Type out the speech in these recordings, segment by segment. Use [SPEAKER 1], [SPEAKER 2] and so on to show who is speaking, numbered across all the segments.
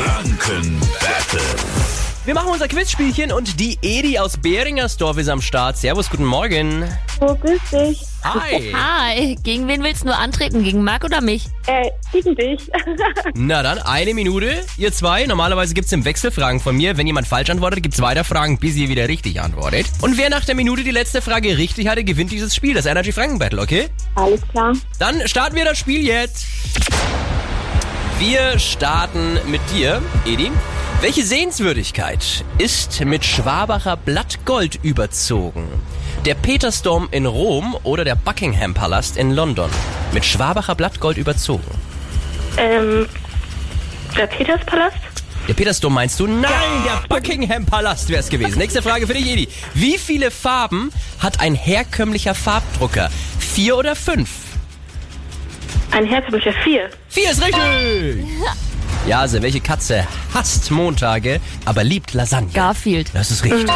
[SPEAKER 1] Franken Battle.
[SPEAKER 2] Wir machen unser Quizspielchen und die Edi aus Beringersdorf ist am Start. Servus, guten Morgen.
[SPEAKER 3] So, grüß dich.
[SPEAKER 2] Hi.
[SPEAKER 4] Hi, gegen wen willst du nur antreten? Gegen Marc oder mich?
[SPEAKER 3] Äh, gegen dich.
[SPEAKER 2] Na dann, eine Minute, ihr zwei. Normalerweise gibt's im Wechsel Fragen von mir. Wenn jemand falsch antwortet, gibt's weiter Fragen, bis ihr wieder richtig antwortet. Und wer nach der Minute die letzte Frage richtig hatte, gewinnt dieses Spiel, das Energy Franken Battle, okay?
[SPEAKER 3] Alles klar.
[SPEAKER 2] Dann starten wir das Spiel jetzt. Wir starten mit dir, Edi. Welche Sehenswürdigkeit ist mit Schwabacher Blattgold überzogen? Der Petersdom in Rom oder der Buckingham Palast in London? Mit Schwabacher Blattgold überzogen.
[SPEAKER 3] Ähm, der Peterspalast?
[SPEAKER 2] Der Petersdom meinst du? Nein, der Buckingham Palast wäre es gewesen. Nächste Frage für dich, Edi. Wie viele Farben hat ein herkömmlicher Farbdrucker? Vier oder fünf?
[SPEAKER 3] Ein Herz habe ich ja vier.
[SPEAKER 2] Vier ist richtig! Jase, also, welche Katze hasst Montage, aber liebt Lasagne?
[SPEAKER 4] Garfield.
[SPEAKER 2] Das ist richtig.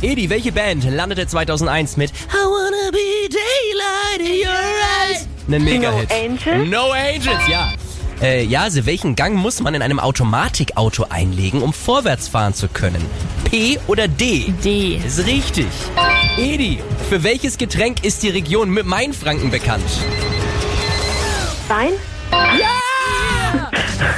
[SPEAKER 2] Edi, welche Band landete 2001 mit I wanna be daylight in your eyes? Einen Mega-Hit.
[SPEAKER 3] No Angels?
[SPEAKER 2] No Angels, ja. Äh, Jase, welchen Gang muss man in einem Automatikauto einlegen, um vorwärts fahren zu können? P oder D?
[SPEAKER 4] D.
[SPEAKER 2] Ist richtig. Edi, für welches Getränk ist die Region mit Mainfranken bekannt?
[SPEAKER 3] Wein?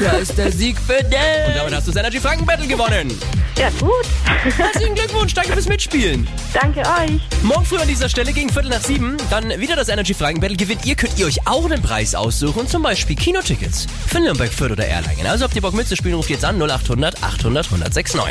[SPEAKER 4] Da ist der Sieg für
[SPEAKER 2] Und
[SPEAKER 4] dich.
[SPEAKER 2] damit hast du das Energy Franken Battle gewonnen.
[SPEAKER 3] Ja, gut.
[SPEAKER 2] Herzlichen Glückwunsch, danke fürs Mitspielen.
[SPEAKER 3] Danke euch.
[SPEAKER 2] Morgen früh an dieser Stelle gegen Viertel nach sieben, dann wieder das Energy Fragen Battle gewinnt. Ihr könnt ihr euch auch einen Preis aussuchen, zum Beispiel Kinotickets für Nürnberg, Fürth oder Erlangen. Also habt ihr Bock mitzuspielen, ruft jetzt an 0800 800 1069.